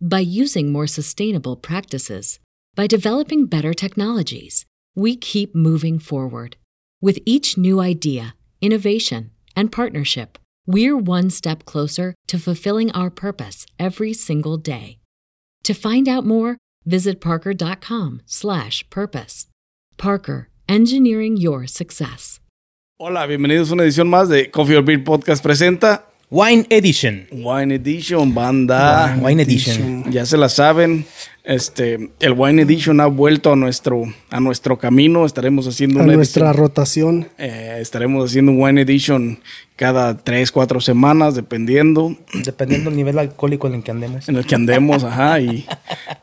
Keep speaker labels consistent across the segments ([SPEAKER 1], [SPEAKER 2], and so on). [SPEAKER 1] by using more sustainable practices, by developing better technologies. We keep moving forward. With each new idea, innovation, and partnership, we're one step closer to fulfilling our purpose every single day. To find out more, visit parker.com/purpose. Parker, engineering your success.
[SPEAKER 2] Hola, bienvenidos a una edición más de Coffee or Beer Podcast presenta
[SPEAKER 3] Wine Edition.
[SPEAKER 2] Wine Edition, banda.
[SPEAKER 3] Wine Edition.
[SPEAKER 2] Ya se la saben. Este, el Wine Edition ha vuelto a nuestro, a nuestro camino. Estaremos haciendo
[SPEAKER 4] a
[SPEAKER 2] una
[SPEAKER 4] nuestra
[SPEAKER 2] edición-
[SPEAKER 4] rotación.
[SPEAKER 2] eh, estaremos haciendo un Wine Edition cada tres, cuatro semanas, dependiendo
[SPEAKER 3] Dependiendo del nivel alcohólico en el que andemos.
[SPEAKER 2] en el que andemos, ajá, y,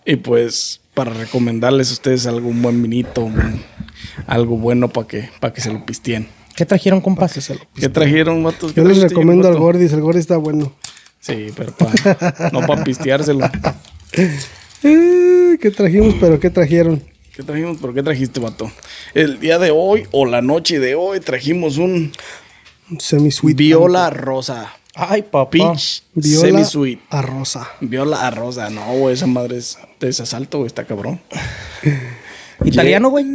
[SPEAKER 2] y pues para recomendarles a ustedes algún buen vinito, un- algo bueno para que, para que se lo pistien.
[SPEAKER 3] ¿Qué trajeron, compas?
[SPEAKER 2] ¿Qué trajeron, vatos?
[SPEAKER 4] Pues, Yo les
[SPEAKER 2] ¿Qué trajiste,
[SPEAKER 4] recomiendo al
[SPEAKER 2] vato?
[SPEAKER 4] Gordis, el Gordis está bueno.
[SPEAKER 2] Sí, pero pa- no para pisteárselo.
[SPEAKER 4] Eh, ¿Qué trajimos? Pero ¿qué trajeron?
[SPEAKER 2] ¿Qué trajimos? ¿Pero qué trajiste, vato? El día de hoy o la noche de hoy trajimos un
[SPEAKER 4] Un Semi-sweet.
[SPEAKER 2] viola rosa.
[SPEAKER 3] Ay, papá.
[SPEAKER 2] Peach
[SPEAKER 4] Viola
[SPEAKER 2] semi-sweet.
[SPEAKER 4] a rosa.
[SPEAKER 2] Viola a rosa. No, güey, esa madre es desasalto, güey, está cabrón.
[SPEAKER 3] Italiano, güey.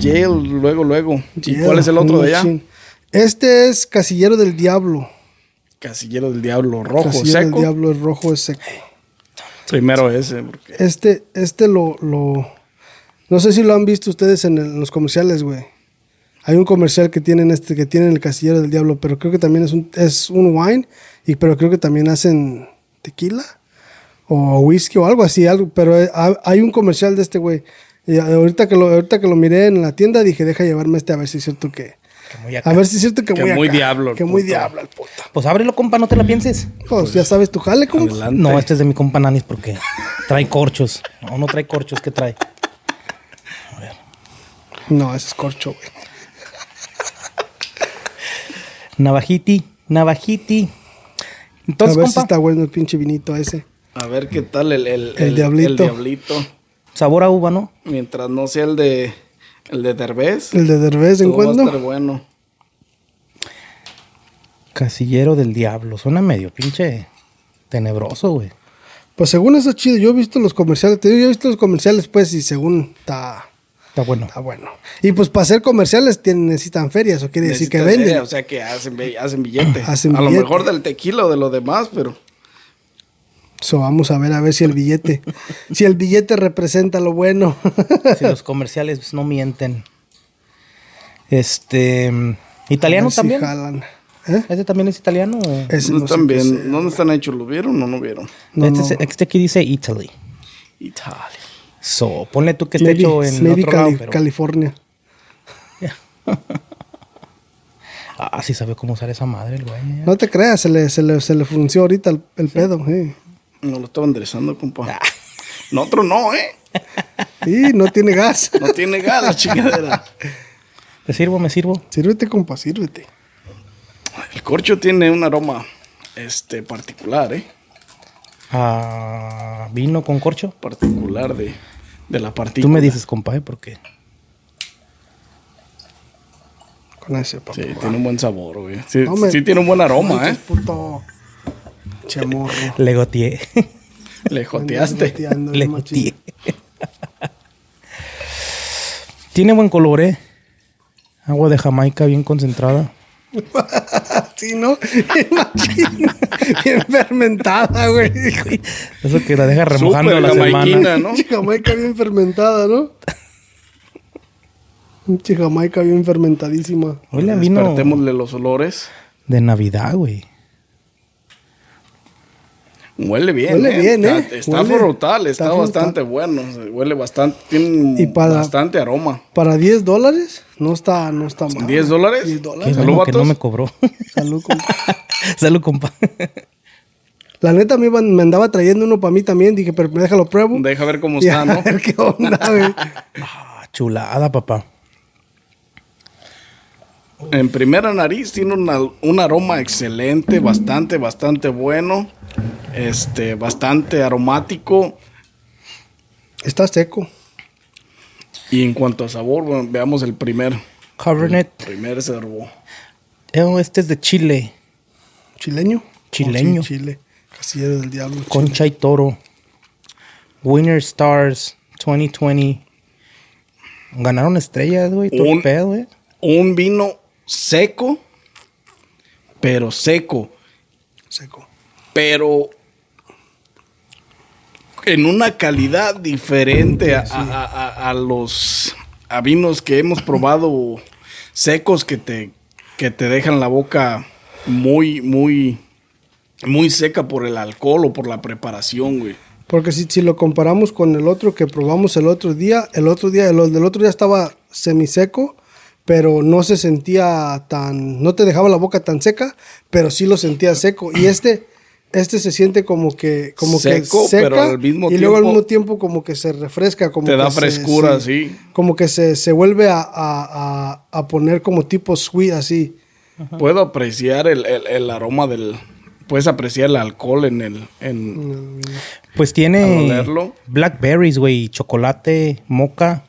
[SPEAKER 2] Jail, luego, luego. ¿Y
[SPEAKER 4] Yeah,
[SPEAKER 2] cuál es el otro de allá?
[SPEAKER 4] machín. Este es Casillero del Diablo.
[SPEAKER 2] Casillero del Diablo Rojo,
[SPEAKER 4] Casillero del
[SPEAKER 2] seco.
[SPEAKER 4] Diablo es rojo, es seco.
[SPEAKER 2] Primero ese, porque
[SPEAKER 4] Este, este lo, lo... No sé si lo han visto ustedes en, el- en los comerciales, güey. Hay un comercial que tienen este, que tienen el Casillero del Diablo, pero creo que también es un, es un wine, y, pero creo que también hacen tequila o whisky o algo así, algo, pero eh, ha- hay un comercial de este güey. Y ahorita que, lo, ahorita que lo miré en la tienda dije, deja llevarme este a ver si es cierto que...
[SPEAKER 3] muy acá.
[SPEAKER 4] A ver si es cierto que,
[SPEAKER 2] Que
[SPEAKER 4] muy,
[SPEAKER 2] muy
[SPEAKER 4] acá,
[SPEAKER 2] diablo el
[SPEAKER 4] Que muy
[SPEAKER 2] puto.
[SPEAKER 4] diablo el puta.
[SPEAKER 3] Pues ábrelo, compa, no te la pienses.
[SPEAKER 4] Pues ya sabes tu jale, compa.
[SPEAKER 2] adelante.
[SPEAKER 3] No, este es de mi compa Nanis porque trae corchos. No, no trae corchos, ¿qué trae?
[SPEAKER 4] No, ese es corcho, güey.
[SPEAKER 3] Navajiti, navajiti.
[SPEAKER 4] A
[SPEAKER 3] Entonces,
[SPEAKER 4] ver si
[SPEAKER 3] compa,
[SPEAKER 4] está bueno el pinche vinito ese.
[SPEAKER 2] A ver qué tal el, el, el- el diablito.
[SPEAKER 4] diablito.
[SPEAKER 3] sabor a uva, ¿no?
[SPEAKER 2] Mientras no sea el de el de Derbez,
[SPEAKER 4] El de Derbez en
[SPEAKER 2] todo va a estar
[SPEAKER 4] cuando.
[SPEAKER 2] bueno.
[SPEAKER 3] Casillero del diablo. Suena medio pinche tenebroso, güey.
[SPEAKER 4] Pues según eso es chido. Yo he visto los comerciales. Te digo, yo he visto los comerciales, pues, y según está,
[SPEAKER 3] Está bueno.
[SPEAKER 4] está bueno. Y pues para hacer comerciales tienen, necesitan ferias, o quiere decir que
[SPEAKER 2] Necesitas-
[SPEAKER 4] venden.
[SPEAKER 2] eh, o sea que hacen, bi- hacen billete.
[SPEAKER 4] Hacen
[SPEAKER 2] a lo
[SPEAKER 4] billete.
[SPEAKER 2] mejor del tequila o de lo demás, pero
[SPEAKER 4] So, vamos a ver a ver si el billete, si el billete representa lo bueno.
[SPEAKER 3] Si los comerciales no mienten. Este. ¿Italiano
[SPEAKER 4] Si
[SPEAKER 3] también?
[SPEAKER 4] jalan. ¿Eh?
[SPEAKER 3] ¿Este también es italiano? o-
[SPEAKER 4] Ese
[SPEAKER 2] no
[SPEAKER 4] no sé
[SPEAKER 2] están
[SPEAKER 4] qué
[SPEAKER 2] bien.
[SPEAKER 4] sea.
[SPEAKER 2] ¿Dónde están hechos? ¿Lo vieron o no vieron?
[SPEAKER 4] No,
[SPEAKER 3] este,
[SPEAKER 4] no.
[SPEAKER 3] se- este aquí dice Italy.
[SPEAKER 2] Italia.
[SPEAKER 3] So, ponle tú que esté
[SPEAKER 4] Maybe-
[SPEAKER 3] este hecho en
[SPEAKER 4] maybe
[SPEAKER 3] otro
[SPEAKER 4] Cali-
[SPEAKER 3] lado, pero-
[SPEAKER 4] California.
[SPEAKER 3] Ah, sí sabe cómo usar esa madre, el güey. eh.
[SPEAKER 4] No te creas, se le, se le, se le frunció ahorita el, el pedo. eh.
[SPEAKER 2] No lo estaba enderezando,
[SPEAKER 4] Ah.
[SPEAKER 2] compa. Nosotros no, ¿eh?
[SPEAKER 4] Y no tiene gas.
[SPEAKER 2] No tiene gala, chingadera.
[SPEAKER 3] ¿Te sirvo, me sirvo?
[SPEAKER 4] Sírvete, compa, sírvete.
[SPEAKER 2] El corcho tiene un aroma este, particular, ¿eh?
[SPEAKER 3] Ah, ¿Vino con corcho?
[SPEAKER 2] Particular de, de la
[SPEAKER 3] Tú
[SPEAKER 2] partícula.
[SPEAKER 3] me dices, compa, ¿eh? Porque
[SPEAKER 4] Con ese, papá.
[SPEAKER 2] Sí, tiene un buen sabor, güey. Sí,
[SPEAKER 4] No me-
[SPEAKER 2] sí tiene un buen aroma, ¿eh?
[SPEAKER 4] Puto chamorro.
[SPEAKER 3] le goteé.
[SPEAKER 2] ¿eh? Le joteaste.
[SPEAKER 4] Ando
[SPEAKER 3] le
[SPEAKER 4] bien machín.
[SPEAKER 3] goteé. Tiene buen color, ¿eh? Agua de Jamaica bien concentrada.
[SPEAKER 4] sí, ¿no? Bien machina, bien fermentada, güey.
[SPEAKER 3] Eso que la deja remojando
[SPEAKER 2] Súper
[SPEAKER 3] la
[SPEAKER 2] jamaiquina,
[SPEAKER 3] semana.
[SPEAKER 2] ¿no?
[SPEAKER 4] Pinche Jamaica bien fermentada, ¿no? Pinche Jamaica bien fermentadísima.
[SPEAKER 3] Hoy la vino
[SPEAKER 2] Despertémosle los olores.
[SPEAKER 3] de Navidad, güey.
[SPEAKER 2] Huele bien.
[SPEAKER 4] Huele bien, ¿eh?
[SPEAKER 2] Está, está
[SPEAKER 4] Huele-
[SPEAKER 2] frutal, está,
[SPEAKER 4] está
[SPEAKER 2] bastante bueno. Huele bastante, tiene
[SPEAKER 4] Y para-
[SPEAKER 2] bastante aroma.
[SPEAKER 4] Para 10 dólares, no está, no está mal.
[SPEAKER 2] 10 dólares.
[SPEAKER 4] 10
[SPEAKER 3] Qué
[SPEAKER 4] dólares.
[SPEAKER 2] Salud,
[SPEAKER 3] bueno que no
[SPEAKER 2] vatos.
[SPEAKER 3] me cobró.
[SPEAKER 4] Salud, compa.
[SPEAKER 3] Salud, compa.
[SPEAKER 4] La neta me, iban- me andaba trayendo uno para mí también. Dije, pero déjalo pruebo.
[SPEAKER 2] Deja ver cómo
[SPEAKER 4] Y
[SPEAKER 2] está,
[SPEAKER 4] a
[SPEAKER 2] ¿no?
[SPEAKER 4] ver qué onda, güey.
[SPEAKER 3] Ah, chulada, papá.
[SPEAKER 2] En primera nariz tiene una- un aroma excelente, bastante, bastante bueno. Este, bastante aromático.
[SPEAKER 4] Está seco.
[SPEAKER 2] Y en cuanto a sabor, bueno, veamos el primer.
[SPEAKER 3] Cabernet.
[SPEAKER 2] Primer servo.
[SPEAKER 3] Eh, este es de Chile.
[SPEAKER 4] Chileño.
[SPEAKER 3] Chileño.
[SPEAKER 4] Oh, sí, Chile. Casillero del diablo.
[SPEAKER 3] Concha y Toro. Winner Stars 2020. Ganaron estrellas, güey. Todo
[SPEAKER 2] Un-
[SPEAKER 3] el pedo, güey.
[SPEAKER 2] Un vino seco, pero seco.
[SPEAKER 4] Seco.
[SPEAKER 2] pero en una calidad diferente a, a- a- a los a vinos que hemos probado secos que te, que te dejan la boca muy, muy, muy seca por el alcohol o por la preparación, güey.
[SPEAKER 4] Porque si, si lo comparamos con el otro que probamos el otro día, el otro día, el, del otro día estaba semiseco, pero no se sentía tan, no te dejaba la boca tan seca, pero sí lo sentía seco. Y este, este se siente como que, como
[SPEAKER 2] Seco,
[SPEAKER 4] que seca,
[SPEAKER 2] pero al mismo
[SPEAKER 4] y luego al
[SPEAKER 2] tiempo-
[SPEAKER 4] mismo tiempo como que se refresca, como
[SPEAKER 2] Te
[SPEAKER 4] que
[SPEAKER 2] da
[SPEAKER 4] se-
[SPEAKER 2] frescura, sí.
[SPEAKER 4] como que se, se vuelve a, a- a- a poner como tipo sweet así.
[SPEAKER 2] Puedo apreciar el, el- el aroma del... Puedes apreciar el alcohol en el... En,
[SPEAKER 3] Pues
[SPEAKER 2] Al
[SPEAKER 3] tiene
[SPEAKER 2] olerlo.
[SPEAKER 3] blackberries, güey, chocolate, moca.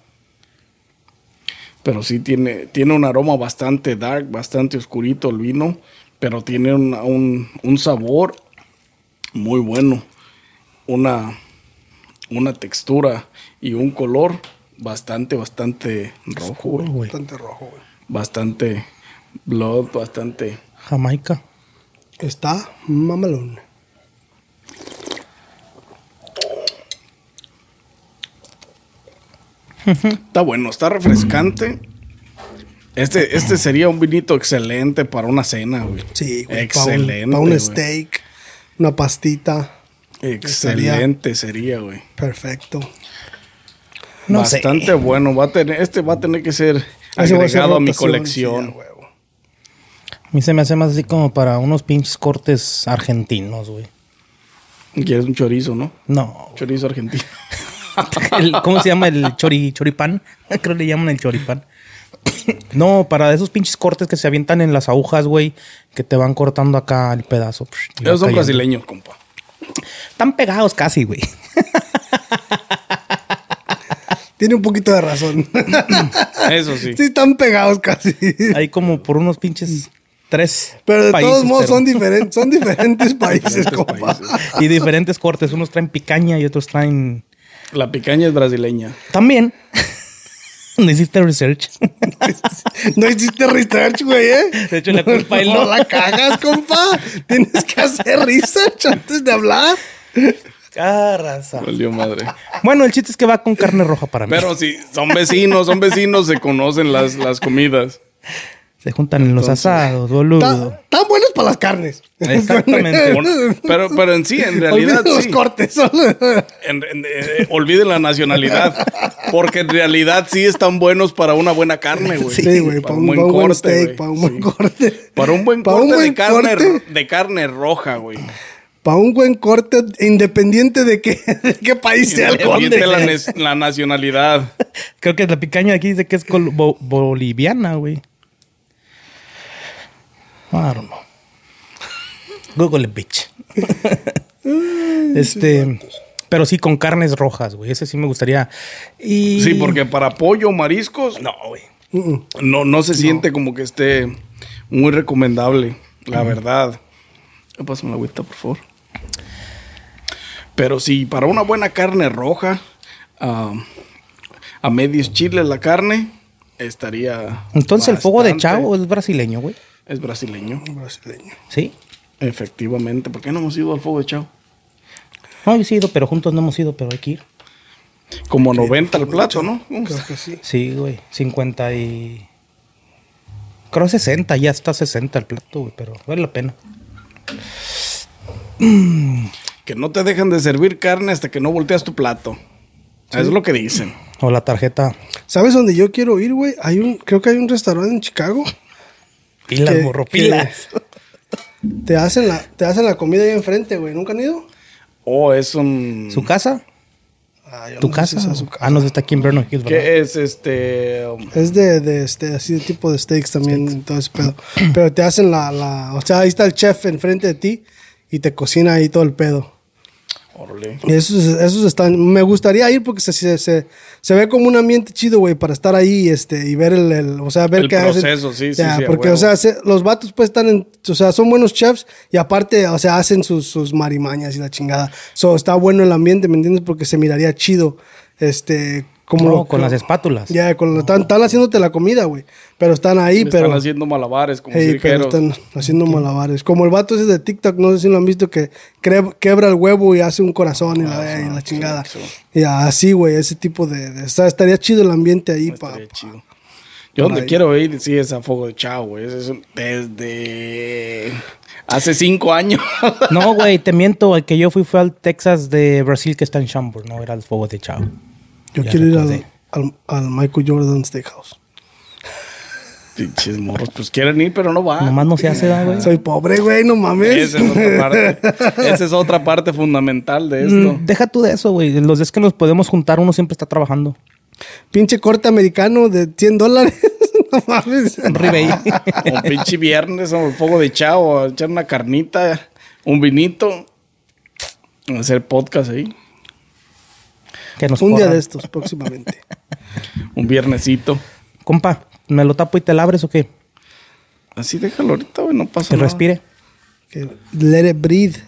[SPEAKER 2] pero sí tiene, tiene un aroma bastante dark, bastante oscurito el vino, pero tiene una- un, un sabor muy bueno, una, una textura y un color bastante, bastante rojo, güey.
[SPEAKER 3] Güey,
[SPEAKER 4] Bastante rojo, güey.
[SPEAKER 2] bastante blood, bastante...
[SPEAKER 3] Jamaica.
[SPEAKER 4] Está mamalón.
[SPEAKER 2] Está bueno, está refrescante. Este, este sería un vinito excelente para una cena, güey.
[SPEAKER 4] Sí, güey.
[SPEAKER 2] Excelente.
[SPEAKER 4] Para un,
[SPEAKER 2] güey.
[SPEAKER 4] steak, una pastita.
[SPEAKER 2] Excelente sería, güey.
[SPEAKER 4] Perfecto.
[SPEAKER 3] No sé.
[SPEAKER 2] Bastante bueno. Va a tener, este va a tener que ser
[SPEAKER 4] Ese va
[SPEAKER 2] agregado
[SPEAKER 4] ser
[SPEAKER 2] a mi
[SPEAKER 4] rotación, sí,
[SPEAKER 2] colección.
[SPEAKER 4] a huevo.
[SPEAKER 3] A mí se me hace más así como para unos pinches cortes argentinos, güey.
[SPEAKER 2] Quieres un chorizo, ¿no?
[SPEAKER 3] No.
[SPEAKER 2] Chorizo argentino.
[SPEAKER 3] El- ¿Cómo se llama el chori, choripán? Creo que le llaman el choripán. No, para esos pinches cortes que se avientan en las agujas, güey, que te van cortando acá el pedazo. Y va
[SPEAKER 2] Ellos son
[SPEAKER 3] cayendo.
[SPEAKER 2] brasileños, compa.
[SPEAKER 3] Están pegados casi, güey.
[SPEAKER 4] Tiene un poquito de razón.
[SPEAKER 2] Eso sí.
[SPEAKER 4] sí, están pegados casi.
[SPEAKER 3] Hay como por unos pinches tres.
[SPEAKER 4] Pero de
[SPEAKER 3] países,
[SPEAKER 4] todos modos
[SPEAKER 3] pero-
[SPEAKER 4] son, diferentes, son diferentes países, compa.
[SPEAKER 3] Y diferentes cortes. Unos traen picaña y otros traen.
[SPEAKER 2] La picaña es brasileña.
[SPEAKER 3] También. No hiciste research.
[SPEAKER 4] No hiciste research, güey, ¿eh?
[SPEAKER 3] De hecho, la culpa él
[SPEAKER 4] no,
[SPEAKER 3] no.
[SPEAKER 4] la cagas, compa. Tienes que hacer research antes de hablar.
[SPEAKER 3] Ah, raza.
[SPEAKER 2] Valió madre.
[SPEAKER 3] Bueno, el chiste es que va con carne roja para mí.
[SPEAKER 2] Pero sí, son vecinos, son vecinos, se conocen las, las comidas.
[SPEAKER 3] Se juntan en los
[SPEAKER 2] Entonces-
[SPEAKER 3] asados, boludo.
[SPEAKER 4] Tan, tan buenos para las carnes.
[SPEAKER 3] Exactamente.
[SPEAKER 2] Pero, pero en sí, en realidad
[SPEAKER 4] Olviden los
[SPEAKER 2] sí.
[SPEAKER 4] cortes. solo-
[SPEAKER 2] En- en- eh, olviden la nacionalidad. Porque en realidad sí están buenos para una buena carne, güey.
[SPEAKER 4] Sí, güey, para un, para un buen steak,
[SPEAKER 2] güey.
[SPEAKER 4] para un
[SPEAKER 2] Sí.
[SPEAKER 4] buen corte.
[SPEAKER 2] Para un buen
[SPEAKER 4] Para
[SPEAKER 2] corte,
[SPEAKER 4] buen
[SPEAKER 2] de, carne,
[SPEAKER 4] corte.
[SPEAKER 2] ro- de carne roja, güey.
[SPEAKER 4] Para un buen corte, independiente de qué, de qué país sea el
[SPEAKER 2] Independiente de la,
[SPEAKER 4] corte.
[SPEAKER 2] nes- la nacionalidad.
[SPEAKER 3] Creo que la picaña de aquí dice que es col- bo- boliviana, güey. I don't know. Google it, bitch. este. Pero sí, con carnes rojas, güey. Ese sí me gustaría. Y...
[SPEAKER 2] Sí, porque para pollo, mariscos, no,
[SPEAKER 3] No, güey.
[SPEAKER 2] no, no se siente como que esté muy recomendable, la
[SPEAKER 4] Mm.
[SPEAKER 2] verdad. Pásame la agüita, por favor. Pero sí, para una buena carne roja, ah, a medios chiles la carne, estaría.
[SPEAKER 3] Entonces el fuego de
[SPEAKER 2] bastante-
[SPEAKER 3] Chavo es brasileño, güey.
[SPEAKER 2] Es brasileño,
[SPEAKER 4] brasileño.
[SPEAKER 3] ¿Sí?
[SPEAKER 2] efectivamente. ¿Por qué no hemos ido al fuego de Chavo?
[SPEAKER 3] No hemos ido, pero juntos no hemos ido, pero hay que ir.
[SPEAKER 2] Como 90 el plato, ¿no?
[SPEAKER 4] Creo que sí.
[SPEAKER 3] Sí, güey. 50 y... Creo 60, ya está 60 el plato, güey, pero vale la pena.
[SPEAKER 2] Que no te dejan de servir carne hasta que no volteas tu plato. Es lo que dicen.
[SPEAKER 3] O la tarjeta
[SPEAKER 4] ¿Sabes dónde yo quiero ir, güey? Hay un, creo que hay un restaurante en Chicago.
[SPEAKER 3] pilas,
[SPEAKER 4] Que-
[SPEAKER 3] morro,
[SPEAKER 4] que-
[SPEAKER 3] pilas.
[SPEAKER 4] Te hacen la, te hacen la comida ahí enfrente, güey. ¿Nunca han ido?
[SPEAKER 2] O Oh, es un.
[SPEAKER 3] ¿Su casa?
[SPEAKER 4] Ah, yo
[SPEAKER 3] ¿Tu
[SPEAKER 4] no sé si
[SPEAKER 3] casa?
[SPEAKER 4] es a su eh,
[SPEAKER 3] Ah, no, está aquí en Vernon Hills, ¿verdad?
[SPEAKER 2] ¿Qué es este? um,
[SPEAKER 4] Es de, de este, así de tipo de steaks también, y todo ese pedo. Pero te hacen la, la. O sea, ahí está el chef enfrente de ti y te cocina ahí todo el pedo.
[SPEAKER 2] órale.
[SPEAKER 4] Y esos, esos están. Me gustaría ir porque se, se, se, se ve como un ambiente chido, güey, para estar ahí este, y ver el. el- o sea, ver
[SPEAKER 2] El
[SPEAKER 4] qué hacen.
[SPEAKER 2] proceso, sí, sí,
[SPEAKER 4] Ya,
[SPEAKER 2] sí, a
[SPEAKER 4] Porque,
[SPEAKER 2] huevo.
[SPEAKER 4] o sea, se- los vatos pues están en. O sea, son buenos chefs y aparte, o sea, hacen sus, sus marimañas y la chingada. So, está bueno el ambiente, ¿me entiendes? Porque se miraría chido. Este. Como
[SPEAKER 3] No,
[SPEAKER 4] lo-
[SPEAKER 3] con las espátulas.
[SPEAKER 4] Ya, con lo- están, están haciéndote la comida, güey. Pero están ahí,
[SPEAKER 2] Le
[SPEAKER 4] pero.
[SPEAKER 2] Están haciendo malabares como
[SPEAKER 4] Ey, pero
[SPEAKER 2] cirqueros.
[SPEAKER 4] están haciendo malabares. Como el vato ese de TikTok, no sé si lo han visto, que cre- quebra el huevo y hace un corazón y
[SPEAKER 2] Ah,
[SPEAKER 4] la, y la chingada. Y así, güey, ese tipo de... de- está- estaría chido el ambiente ahí. pa-
[SPEAKER 2] Estaría
[SPEAKER 4] pa-
[SPEAKER 2] chido. Yo donde
[SPEAKER 4] ahí.
[SPEAKER 2] quiero ir, sí, es a Fuego de Chavo, güey. Ese es un- desde hace cinco años.
[SPEAKER 3] No, güey, te miento. El que yo fui fue al Texas de Brasil que está en Chamber, no era el fuego de Chavo.
[SPEAKER 4] Yo
[SPEAKER 3] Ya
[SPEAKER 4] quiero ir al,
[SPEAKER 3] recordé.
[SPEAKER 4] al, al Michael Jordan Steakhouse.
[SPEAKER 2] Pinches morros, pues quieren ir, pero no van.
[SPEAKER 3] Nomás no se hace, ¿verdad, güey.
[SPEAKER 4] Soy pobre, güey, no mames.
[SPEAKER 2] Esa es otra parte. Esa es otra parte fundamental de esto.
[SPEAKER 3] Mm, Deja tú de eso, güey. Los días que nos podemos juntar, uno siempre está trabajando.
[SPEAKER 4] Pinche corte americano de 100 dólares. no mames.
[SPEAKER 3] Ribey.
[SPEAKER 2] Un pinche viernes o el fuego de chavo, a echar una carnita, un vinito, hacer podcast ahí,
[SPEAKER 3] que nos
[SPEAKER 4] Un día
[SPEAKER 3] corran.
[SPEAKER 4] de estos, próximamente.
[SPEAKER 2] un viernesito.
[SPEAKER 3] Compa, ¿me lo tapo y te la abres o qué?
[SPEAKER 2] Así déjalo ahorita, güey, no pasa
[SPEAKER 3] Que
[SPEAKER 2] nada.
[SPEAKER 3] respire.
[SPEAKER 4] Que let it breathe.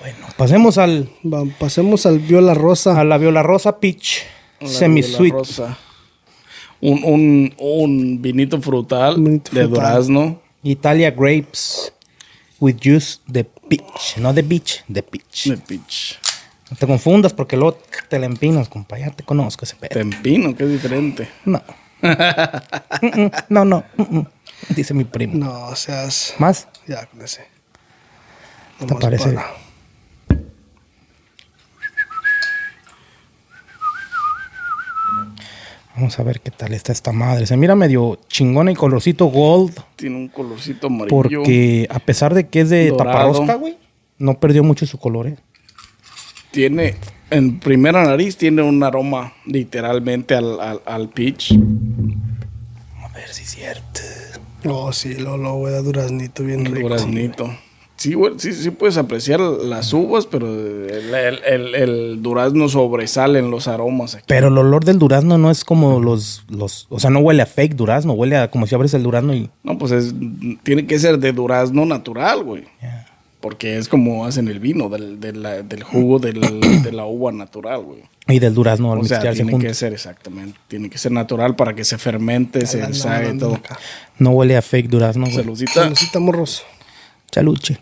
[SPEAKER 3] Bueno, pasemos al,
[SPEAKER 4] Va, pasemos al Viola Rosa.
[SPEAKER 3] a la Viola Rosa Peach
[SPEAKER 2] La
[SPEAKER 3] Semi-Sweet.
[SPEAKER 2] Viola Rosa. Un, un, un vinito frutal
[SPEAKER 4] Un vinito
[SPEAKER 2] de
[SPEAKER 4] frutal.
[SPEAKER 2] durazno.
[SPEAKER 3] Italia Grapes with Juice de Peach. No de Beach, de Peach.
[SPEAKER 2] De pitch.
[SPEAKER 3] No te confundas porque luego te la empinas, compa. Ya te conozco ese pedo.
[SPEAKER 2] Tempino, que es diferente.
[SPEAKER 3] No. Mm, mm, no, no. mm, mm, Dice mi primo.
[SPEAKER 4] No, seas...
[SPEAKER 3] ¿Más?
[SPEAKER 4] Ya, con ese.
[SPEAKER 3] ¿Te
[SPEAKER 4] Nomás
[SPEAKER 3] parece?
[SPEAKER 4] para-
[SPEAKER 3] Vamos a ver qué tal está esta madre. Se mira medio chingona y colorcito gold.
[SPEAKER 2] Tiene un colorcito amarillo.
[SPEAKER 3] Porque a pesar de que es de
[SPEAKER 2] Dorado.
[SPEAKER 3] taparrosca, güey, no perdió mucho su color, eh.
[SPEAKER 2] Tiene, en primera nariz, tiene un aroma literalmente al, al, al peach.
[SPEAKER 3] A ver si es cierto.
[SPEAKER 4] Oh, sí, Lolo, güey, da duraznito bien
[SPEAKER 2] Un
[SPEAKER 4] rico.
[SPEAKER 2] duraznito. Sí, güey, sí, sí puedes apreciar las uvas, pero el, el- el- el durazno sobresale en los aromas. aquí.
[SPEAKER 3] Pero el olor del durazno no es como los, los. O sea, no huele a fake durazno, huele a como si abres el durazno y.
[SPEAKER 2] No, pues es, tiene que ser de durazno natural, güey. Porque es como hacen el vino, del, de la- del jugo del- de la uva natural, güey.
[SPEAKER 3] Y del durazno al
[SPEAKER 2] O sea,
[SPEAKER 3] mezclarse
[SPEAKER 2] tiene que
[SPEAKER 3] juntos.
[SPEAKER 2] ser exactamente, tiene que ser natural para que se fermente, se ensague todo.
[SPEAKER 3] No huele a fake durazno, güey.
[SPEAKER 2] Saludita.
[SPEAKER 4] Saludcita, morros.
[SPEAKER 3] Chaluche.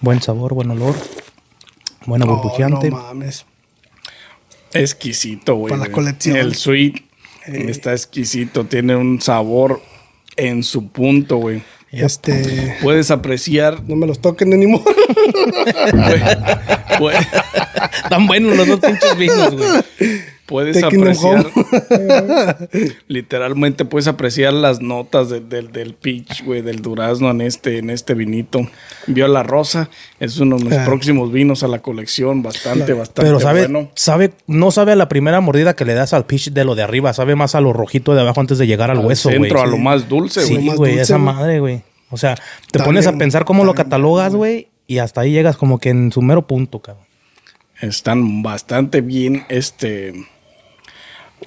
[SPEAKER 3] Buen sabor, buen olor. Bueno,
[SPEAKER 4] Oh,
[SPEAKER 3] burbujeante.
[SPEAKER 4] no mames.
[SPEAKER 2] Exquisito, güey.
[SPEAKER 4] Para la
[SPEAKER 2] güey.
[SPEAKER 4] colección.
[SPEAKER 2] El sweet está exquisito, tiene un sabor en su punto, güey.
[SPEAKER 4] Este,
[SPEAKER 2] Puedes apreciar,
[SPEAKER 4] no me los toquen anymore. Ah,
[SPEAKER 2] güey, puedes,
[SPEAKER 3] Tan buenos los dos pinches vinos, güey.
[SPEAKER 2] puedes
[SPEAKER 4] Taking them
[SPEAKER 2] apreciar, literalmente puedes apreciar las notas de- del- del peach, güey, del durazno en este, en este vinito. Viola Rosa es uno de mis
[SPEAKER 4] Ah.
[SPEAKER 2] próximos vinos a la colección, bastante, bastante
[SPEAKER 3] Pero sabe,
[SPEAKER 2] bueno.
[SPEAKER 3] sabe, no sabe a la primera mordida que le das al pitch de lo de arriba, sabe más a lo rojito de abajo antes de llegar al, hueso, güey.
[SPEAKER 2] centro, a lo
[SPEAKER 3] Sí.
[SPEAKER 2] más dulce,
[SPEAKER 3] Sí,
[SPEAKER 2] güey.
[SPEAKER 4] más
[SPEAKER 3] güey,
[SPEAKER 4] dulce,
[SPEAKER 3] esa
[SPEAKER 4] ¿no?
[SPEAKER 3] madre, güey. O sea, te
[SPEAKER 4] También,
[SPEAKER 3] pones a pensar cómo lo
[SPEAKER 4] también,
[SPEAKER 3] catalogas, güey, y hasta ahí llegas como que en su mero punto, cabrón.
[SPEAKER 2] Están bastante bien este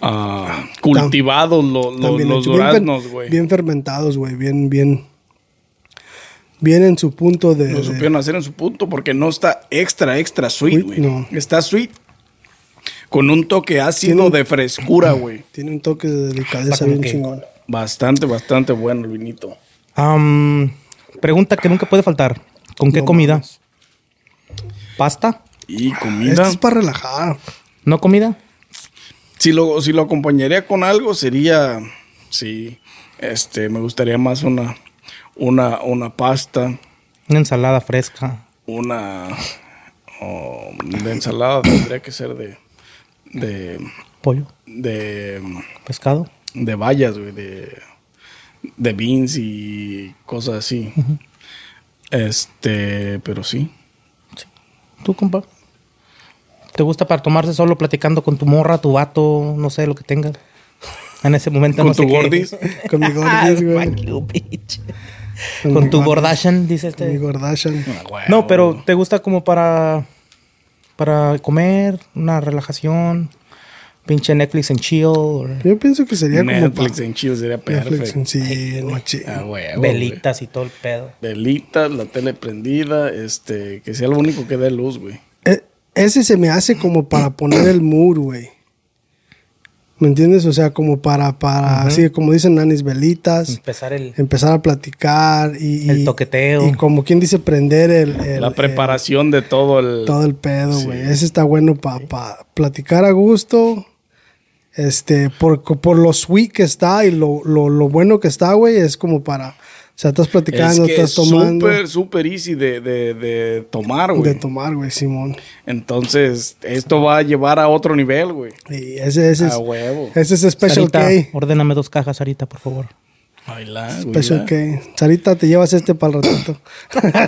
[SPEAKER 2] ah, cultivados lo- lo-
[SPEAKER 4] También
[SPEAKER 2] los
[SPEAKER 4] hecho. Bien fer-
[SPEAKER 2] duraznos, güey.
[SPEAKER 4] Bien fermentados, güey. Bien, bien. Bien en su punto de.
[SPEAKER 2] Lo
[SPEAKER 4] de-
[SPEAKER 2] supieron hacer en su punto porque no está extra, extra sweet,
[SPEAKER 4] Sweet,
[SPEAKER 2] güey.
[SPEAKER 4] no.
[SPEAKER 2] Está sweet con un toque ácido de frescura, güey.
[SPEAKER 4] Tiene un toque de delicadeza bien chingón.
[SPEAKER 2] Bastante, bastante bueno el vinito.
[SPEAKER 3] Am, pregunta que nunca puede faltar. ¿Con qué
[SPEAKER 4] No
[SPEAKER 3] comida? ¿Pasta?
[SPEAKER 2] Y
[SPEAKER 4] Esto
[SPEAKER 2] comida.
[SPEAKER 4] es para relajar.
[SPEAKER 3] ¿No comida?
[SPEAKER 2] Si lo, si lo acompañaría con algo, sería. Sí. Este, me gustaría más una. Una, una pasta.
[SPEAKER 3] Una ensalada fresca.
[SPEAKER 2] Una. oh, de ensalada tendría que ser de. De.
[SPEAKER 3] Pollo,
[SPEAKER 2] De.
[SPEAKER 3] pescado.
[SPEAKER 2] de vallas, güey, de, de beans y cosas así. Este, pero sí.
[SPEAKER 3] ¿Tú, compa? ¿Te gusta para tomarse solo platicando con tu morra, tu vato, no sé, lo que tengas? En ese momento
[SPEAKER 2] Con
[SPEAKER 3] no sé
[SPEAKER 2] tu
[SPEAKER 3] qué.
[SPEAKER 2] gordis.
[SPEAKER 4] Con mi
[SPEAKER 3] Ah,
[SPEAKER 4] gordis, güey.
[SPEAKER 3] fuck you, bitch.
[SPEAKER 4] Con
[SPEAKER 3] Con
[SPEAKER 4] mi
[SPEAKER 3] tu
[SPEAKER 4] gordis.
[SPEAKER 3] gordashan, dice
[SPEAKER 4] Con mi
[SPEAKER 3] este.
[SPEAKER 4] gordashan.
[SPEAKER 2] Ah,
[SPEAKER 3] No, pero ¿te gusta como para para comer, una relajación, pinche Netflix en chill, or
[SPEAKER 4] Yo pienso que sería como.
[SPEAKER 2] Netflix
[SPEAKER 4] pa-
[SPEAKER 2] en chill sería
[SPEAKER 4] Netflix en
[SPEAKER 2] perfecto.
[SPEAKER 4] sí, machín.
[SPEAKER 2] Ah, güey, güey.
[SPEAKER 3] velitas y todo el pedo?
[SPEAKER 2] Velitas, la tele prendida, este, que sea lo único que dé luz, güey.
[SPEAKER 4] E- ese se me hace como para poner el mood, güey. ¿Me entiendes? O sea, como para, para, así como dicen nanis velitas,
[SPEAKER 3] Empezar el
[SPEAKER 4] empezar a platicar y... y-
[SPEAKER 3] El toqueteo.
[SPEAKER 4] Y como quien dice, prender el... el-
[SPEAKER 2] La
[SPEAKER 4] el-
[SPEAKER 2] preparación de todo el.
[SPEAKER 4] todo el pedo, güey. Ese está bueno para platicar a gusto. Este, por, por lo sweet que está y lo, lo, lo bueno que está, güey, es como para... O sea, estás
[SPEAKER 2] es
[SPEAKER 4] platicando,
[SPEAKER 2] que es
[SPEAKER 4] este estás tomando...
[SPEAKER 2] súper, súper easy de, de, de tomar,
[SPEAKER 4] de
[SPEAKER 2] güey.
[SPEAKER 4] tomar, güey, Simón.
[SPEAKER 2] Entonces, esto va a llevar a otro nivel, güey.
[SPEAKER 4] Y ese, ese es...
[SPEAKER 2] A huevo.
[SPEAKER 4] Ese es Special
[SPEAKER 3] Sarita,
[SPEAKER 4] K.
[SPEAKER 3] ordéname dos cajas, Sarita, por favor.
[SPEAKER 2] Baila,
[SPEAKER 4] Special
[SPEAKER 2] güey,
[SPEAKER 4] K. Pues Sarita, te llevas este para el ratito.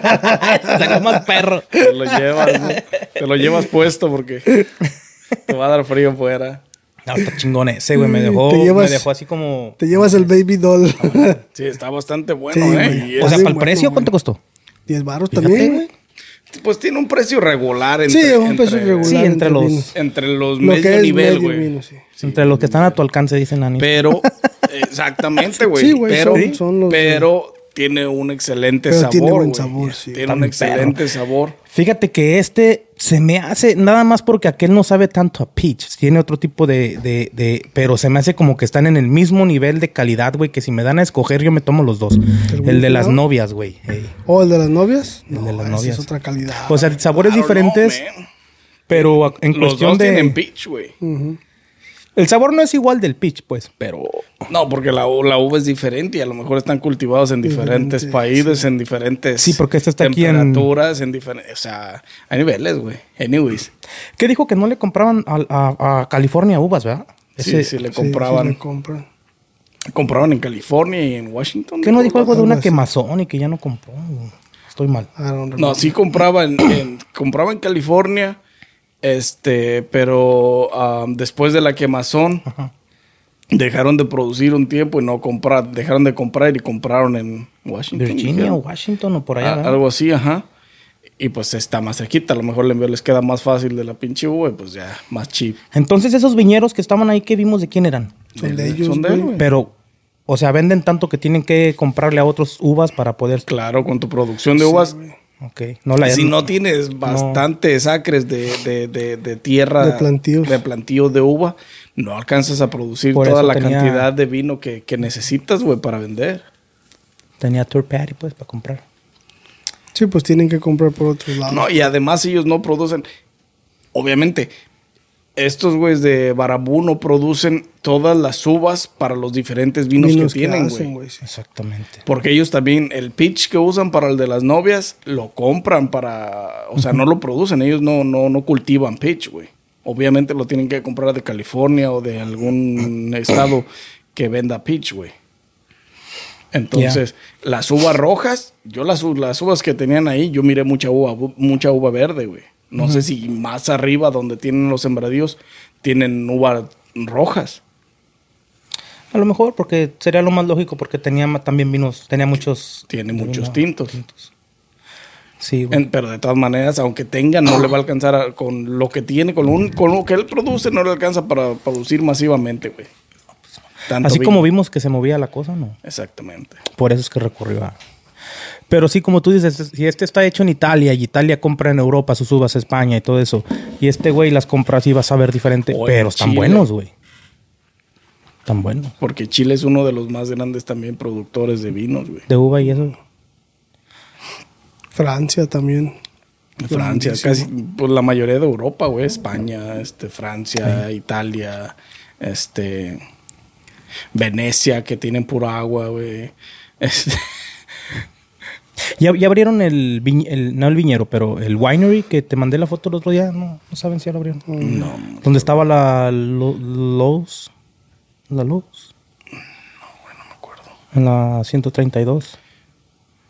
[SPEAKER 3] Sacó más perro.
[SPEAKER 2] Te lo llevas, ¿no? Te lo llevas puesto porque te va a dar frío fuera.
[SPEAKER 3] No, está chingón ese, güey. Me dejó,
[SPEAKER 4] Te llevas-
[SPEAKER 3] me dejó así como.
[SPEAKER 4] Te llevas el baby doll.
[SPEAKER 2] Sí, está bastante bueno,
[SPEAKER 4] Sí,
[SPEAKER 2] ¿eh?
[SPEAKER 4] güey.
[SPEAKER 2] Y
[SPEAKER 3] O
[SPEAKER 4] Sí,
[SPEAKER 3] sea, para el
[SPEAKER 4] bueno,
[SPEAKER 3] precio,
[SPEAKER 4] güey.
[SPEAKER 3] ¿cuánto costó?
[SPEAKER 4] 10 baros también, güey.
[SPEAKER 2] es- pues tiene un precio regular entre,
[SPEAKER 4] Sí, es un precio
[SPEAKER 2] entre-
[SPEAKER 4] regular.
[SPEAKER 3] Sí, entre los-
[SPEAKER 4] vino.
[SPEAKER 2] entre los
[SPEAKER 4] Lo que
[SPEAKER 2] medio
[SPEAKER 4] es
[SPEAKER 2] nivel,
[SPEAKER 4] medio
[SPEAKER 2] güey.
[SPEAKER 4] vino, sí.
[SPEAKER 3] Entre los que están a tu alcance, dicen Nani.
[SPEAKER 2] Pero, exactamente, güey.
[SPEAKER 4] Sí, güey,
[SPEAKER 2] pero,
[SPEAKER 4] son- son los-
[SPEAKER 2] pero tiene un excelente
[SPEAKER 4] Pero
[SPEAKER 2] sabor.
[SPEAKER 4] tiene buen
[SPEAKER 2] güey.
[SPEAKER 4] sabor, sí.
[SPEAKER 2] Tiene
[SPEAKER 3] Tan
[SPEAKER 2] un excelente sabor.
[SPEAKER 3] Fíjate que este se me hace, nada más porque aquel no sabe tanto a Peach. Tiene otro tipo de, de, de- Pero se me hace como que están en el mismo nivel de calidad, güey. Que si me dan a escoger, yo me tomo los dos. El de las
[SPEAKER 4] original?
[SPEAKER 3] novias, güey. Ey.
[SPEAKER 4] ¿O el de las novias?
[SPEAKER 3] El de las
[SPEAKER 4] ese
[SPEAKER 3] novias.
[SPEAKER 4] es otra calidad.
[SPEAKER 3] O sea, sabores
[SPEAKER 2] Claro,
[SPEAKER 3] diferentes,
[SPEAKER 2] no, man.
[SPEAKER 3] pero a- en
[SPEAKER 2] los
[SPEAKER 3] cuestión
[SPEAKER 2] dos tienen
[SPEAKER 3] de.
[SPEAKER 2] peach, güey.
[SPEAKER 3] El sabor no es igual del Peach, pues, pero.
[SPEAKER 2] No, porque la, u- la uva es diferente y a lo mejor están cultivados en diferentes
[SPEAKER 4] Diferente,
[SPEAKER 2] países, en diferentes
[SPEAKER 3] Sí, porque esta está aquí en-
[SPEAKER 2] temperaturas, en diferentes, o sea, hay niveles, güey. Anyways,
[SPEAKER 3] ¿Qué dijo que no le compraban a, a- a California uvas, verdad?
[SPEAKER 2] sí,
[SPEAKER 3] Ese-
[SPEAKER 2] sí le
[SPEAKER 4] Sí, sí
[SPEAKER 2] compraban,
[SPEAKER 4] le compran.
[SPEAKER 2] compraban en California y en Washington.
[SPEAKER 3] ¿Qué no dijo algo de una
[SPEAKER 4] Algo así.
[SPEAKER 3] quemazón y que ya no compró? Estoy mal.
[SPEAKER 4] I don't remember.
[SPEAKER 2] No, sí compraba en, en- compraba en California, este, pero am, después de la quemazón dejaron de producir un tiempo y no comprar, dejaron de comprar y compraron en Washington.
[SPEAKER 3] Virginia,
[SPEAKER 2] dijeron.
[SPEAKER 3] Washington o por allá.
[SPEAKER 2] A-
[SPEAKER 3] ¿verdad?
[SPEAKER 2] algo así, ajá. Y pues está más cerquita. A lo mejor el envío les queda más fácil de la pinche uva y pues ya, más cheap.
[SPEAKER 3] Entonces esos viñeros que estaban ahí que vimos de quién eran.
[SPEAKER 4] Son de
[SPEAKER 2] Del-
[SPEAKER 4] ellos,
[SPEAKER 2] son de él,
[SPEAKER 4] güey.
[SPEAKER 2] güey.
[SPEAKER 3] Pero, o sea, venden tanto que tienen que comprarle a otros uvas para poder...
[SPEAKER 2] Claro, con tu producción de uvas.
[SPEAKER 3] Ok, no la...
[SPEAKER 2] si no tienes bastantes acres de, de- de- de tierra.
[SPEAKER 4] De plantíos.
[SPEAKER 2] De plantíos de uva, no alcanzas a producir
[SPEAKER 3] Por
[SPEAKER 2] toda
[SPEAKER 3] eso
[SPEAKER 2] la
[SPEAKER 3] tenía-
[SPEAKER 2] cantidad de vino que, que necesitas, güey, para vender.
[SPEAKER 3] Tenía tour party, pues, para comprar.
[SPEAKER 4] Sí, pues tienen que comprar por otros lados.
[SPEAKER 2] No, y además ellos no producen. Obviamente, estos güeyes de Barabú no producen todas las uvas para los diferentes vinos,
[SPEAKER 4] Vinos
[SPEAKER 2] que tienen,
[SPEAKER 4] hacen,
[SPEAKER 2] güey.
[SPEAKER 4] güey, sí.
[SPEAKER 3] Exactamente.
[SPEAKER 2] Porque ellos también, el pitch que usan para el de las novias, lo compran para. O sea, no lo producen. Ellos no, no, no cultivan pitch, güey. Obviamente lo tienen que comprar de California o de algún estado que venda pitch, güey. Entonces, las uvas rojas, yo las, u- las uvas que tenían ahí, yo miré mucha uva, bu- mucha uva verde, güey. No sé si más arriba donde tienen los sembradíos tienen uvas rojas.
[SPEAKER 3] A lo mejor, porque sería lo más lógico, porque tenía ma- también vinos, tenía muchos...
[SPEAKER 2] Tiene muchos
[SPEAKER 3] vino-
[SPEAKER 2] tintos.
[SPEAKER 3] Sí, güey.
[SPEAKER 2] En- pero de todas maneras, aunque tenga, no le va a alcanzar a- con lo que tiene, con, un- con lo que él produce, no le alcanza para producir masivamente, güey. Tanto
[SPEAKER 3] Así
[SPEAKER 2] vino.
[SPEAKER 3] como vimos que se movía la cosa, ¿no?
[SPEAKER 2] Exactamente.
[SPEAKER 3] Por eso es que recurrió a... Pero sí, como tú dices, si este está hecho en Italia y Italia compra en Europa sus uvas a España y todo eso, y este güey las compra así, vas a ver diferente.
[SPEAKER 2] O en
[SPEAKER 3] pero están
[SPEAKER 2] Chile.
[SPEAKER 3] buenos, güey. Están buenos.
[SPEAKER 2] Porque Chile es uno de los más grandes también productores de vinos, güey.
[SPEAKER 3] De uva y eso.
[SPEAKER 4] Francia también.
[SPEAKER 2] Francia, casi pues, la mayoría de Europa, güey. España, este, Francia, Italia, este, Venecia, que tienen pura agua, güey. Este,
[SPEAKER 3] Ya, ya abrieron el, viñ- el- no el viñero, pero el winery que te mandé la foto el otro día. No, no saben si ya lo abrieron.
[SPEAKER 2] no,
[SPEAKER 3] Donde estaba la Lo- Lowe's. La Lowe's.
[SPEAKER 2] no acuerdo.
[SPEAKER 3] En la 132.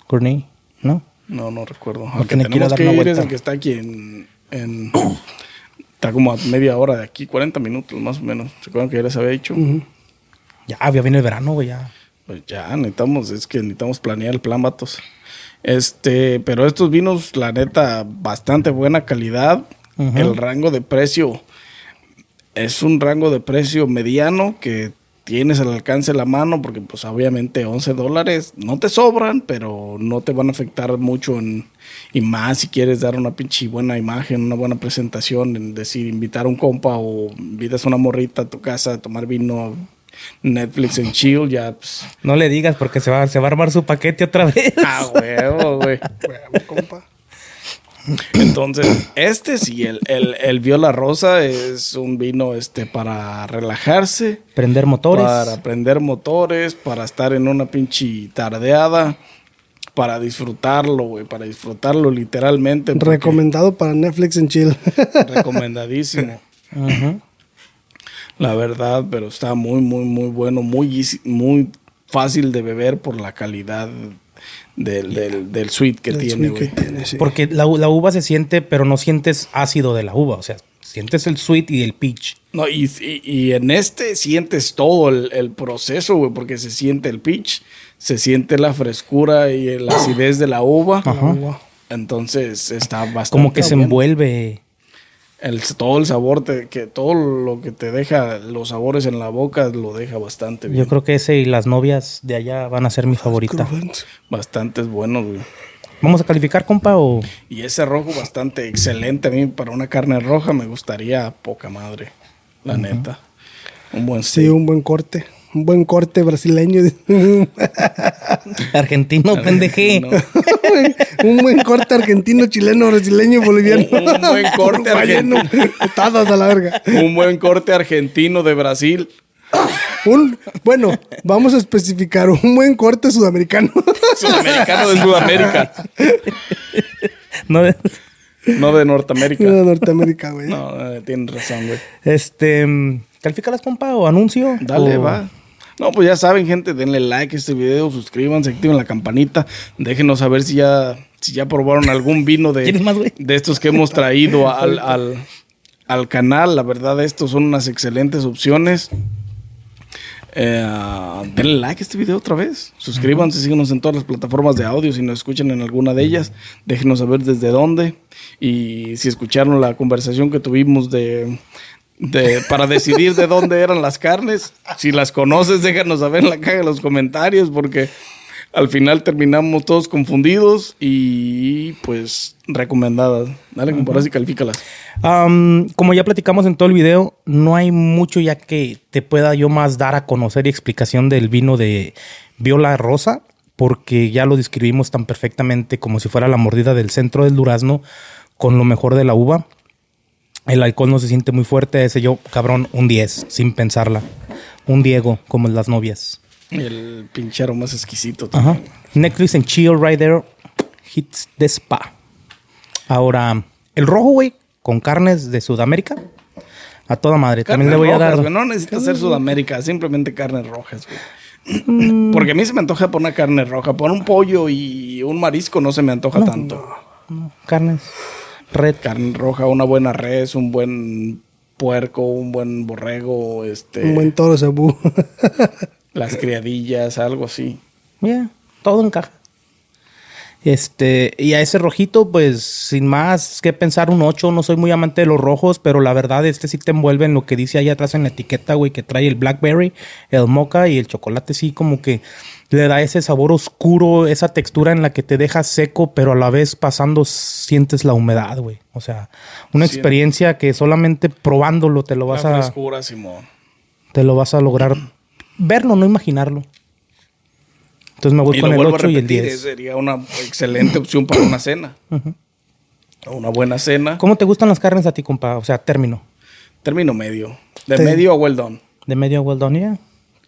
[SPEAKER 3] Corney. ¿No?
[SPEAKER 2] No, no recuerdo.
[SPEAKER 3] No
[SPEAKER 2] Al que
[SPEAKER 3] tiene que ir
[SPEAKER 2] tenemos
[SPEAKER 3] a dar
[SPEAKER 2] que
[SPEAKER 3] una
[SPEAKER 2] ir es
[SPEAKER 3] vuelta.
[SPEAKER 2] el que está aquí en, en- Está como a media hora de aquí, 40 minutos más o menos. ¿Se acuerdan que ya les había dicho?
[SPEAKER 3] Ya, ya viene el verano, güey, ya.
[SPEAKER 2] Pues ya, necesitamos, es que necesitamos planear el plan, vatos. Este, pero estos vinos, la neta, bastante buena calidad. El rango de precio es un rango de precio mediano que tienes al alcance de la mano, porque pues obviamente 11 dólares no te sobran, pero no te van a afectar mucho en, y más si quieres dar una pinche buena imagen, una buena presentación, en decir, invitar a un compa o invitas a una morrita a tu casa a tomar vino, Netflix en chill, ya pues...
[SPEAKER 3] No le digas porque se va, se va a armar su paquete otra vez.
[SPEAKER 2] A huevo, güey.
[SPEAKER 4] Huevo, compa.
[SPEAKER 2] Entonces, este sí, el, el, el Viola Rosa es un vino este para relajarse.
[SPEAKER 3] Prender motores.
[SPEAKER 2] Para prender motores, para estar en una pinche tardeada, para disfrutarlo, güey, para disfrutarlo literalmente. porque-
[SPEAKER 4] Recomendado para Netflix en Chill.
[SPEAKER 2] Recomendadísimo. La verdad, pero está muy, muy, muy bueno, muy, easy- muy fácil de beber por la calidad del, del, del sweet que
[SPEAKER 4] El
[SPEAKER 2] tiene,
[SPEAKER 4] sweet que
[SPEAKER 2] güey.
[SPEAKER 4] tiene, sí.
[SPEAKER 3] Porque la, u- la uva se siente, pero no sientes ácido de la uva. O sea, sientes el sweet y el peach.
[SPEAKER 2] No, y, y- y en este sientes todo el, el proceso, güey, porque se siente el pitch, se siente la frescura y la acidez de la uva. Entonces está bastante.
[SPEAKER 3] Como que se
[SPEAKER 2] bueno.
[SPEAKER 3] envuelve.
[SPEAKER 2] El, todo el sabor, te- que todo lo que te deja, los sabores en la boca, lo deja bastante bien.
[SPEAKER 3] Yo creo que ese y las novias de allá van a ser mi favorita.
[SPEAKER 2] Bastante bueno, güey.
[SPEAKER 3] ¿Vamos a calificar, compa? O...
[SPEAKER 2] Y ese rojo bastante excelente a mí para una carne roja me gustaría poca madre, la neta. Un buen
[SPEAKER 4] Sí, un buen corte. Un buen corte brasileño.
[SPEAKER 3] Argentino, pendejé.
[SPEAKER 2] No.
[SPEAKER 4] un buen corte argentino, chileno, brasileño, boliviano.
[SPEAKER 2] Un buen corte
[SPEAKER 4] Uruguayano. Putadas a la verga.
[SPEAKER 2] Un buen corte argentino de Brasil.
[SPEAKER 4] Un, bueno, vamos a especificar un buen corte sudamericano.
[SPEAKER 2] Sudamericano de Sudamérica.
[SPEAKER 3] No,
[SPEAKER 2] No de Norteamérica.
[SPEAKER 4] de Norteamérica, güey.
[SPEAKER 2] No, eh, tienes razón, güey.
[SPEAKER 3] Este, mm, califícalas, compa, o anuncio.
[SPEAKER 2] Dale,
[SPEAKER 3] o-
[SPEAKER 2] va. No, pues ya saben, gente, denle like a este video, suscríbanse, activen la campanita, déjenos saber si ya, si ya probaron algún vino de,
[SPEAKER 3] ¿Quieres más, güey?
[SPEAKER 2] de estos que hemos traído al, al, al canal. La verdad, estos son unas excelentes opciones. Eh, denle like a este video otra vez. Suscríbanse, síguenos en todas las plataformas de audio. Si nos escuchan en alguna de ellas, déjenos saber desde dónde. Y si escucharon la conversación que tuvimos de, de- para decidir de dónde eran las carnes, si las conoces, déjanos saber en la caja de los comentarios, porque al final terminamos todos confundidos y pues recomendadas. Dale, comparas y califícalas.
[SPEAKER 3] Am, como ya platicamos en todo el video, no hay mucho ya que te pueda yo más dar a conocer y explicación del vino de Viola Rosa, porque ya lo describimos tan perfectamente como si fuera la mordida del centro del durazno con lo mejor de la uva. El alcohol no se siente muy fuerte, ese yo, cabrón, un 10, sin pensarla. Un Diego, como en las novias.
[SPEAKER 2] El pinchero más exquisito.
[SPEAKER 3] Ajá.
[SPEAKER 2] también.
[SPEAKER 3] Netflix and Chill right there. Hits de spa. Ahora, el rojo, güey, con carnes de Sudamérica. A toda madre. También
[SPEAKER 2] Carnes
[SPEAKER 3] le voy
[SPEAKER 2] rojas,
[SPEAKER 3] a dar.
[SPEAKER 2] güey. No necesita ser Sudamérica, simplemente carnes rojas, güey. Mm. Porque a mí se me antoja por una carne roja, por un pollo y un marisco no se me antoja tanto.
[SPEAKER 3] Carnes. Red.
[SPEAKER 2] Carne roja, una buena res, un buen puerco, un buen borrego, este,
[SPEAKER 4] Un buen toro cebú.
[SPEAKER 2] las criadillas, algo así.
[SPEAKER 3] Yeah, todo encaja. Este, y a ese rojito, pues sin más que pensar, un 8. No soy muy amante de los rojos, pero la verdad, este sí te envuelve en lo que dice ahí atrás en la etiqueta, güey, que trae el blackberry, el mocha y el chocolate. Sí, como que le da ese sabor oscuro, esa textura en la que te deja seco, pero a la vez pasando sientes la humedad, güey. O sea, una
[SPEAKER 2] Sí.
[SPEAKER 3] experiencia que solamente probándolo te lo vas
[SPEAKER 2] La
[SPEAKER 3] a,
[SPEAKER 2] frescura, Simón.
[SPEAKER 3] te lo vas a lograr verlo, no imaginarlo. Entonces me voy
[SPEAKER 2] Y
[SPEAKER 3] con
[SPEAKER 2] lo
[SPEAKER 3] el
[SPEAKER 2] vuelvo a
[SPEAKER 3] 8 y el
[SPEAKER 2] repetir,
[SPEAKER 3] 10.
[SPEAKER 2] sería una excelente opción para una cena. Una buena cena.
[SPEAKER 3] ¿Cómo te gustan las carnes a ti, compa? O sea, término.
[SPEAKER 2] Término medio. De
[SPEAKER 4] Te-
[SPEAKER 2] medio a well done.
[SPEAKER 3] De medio a well done, yeah.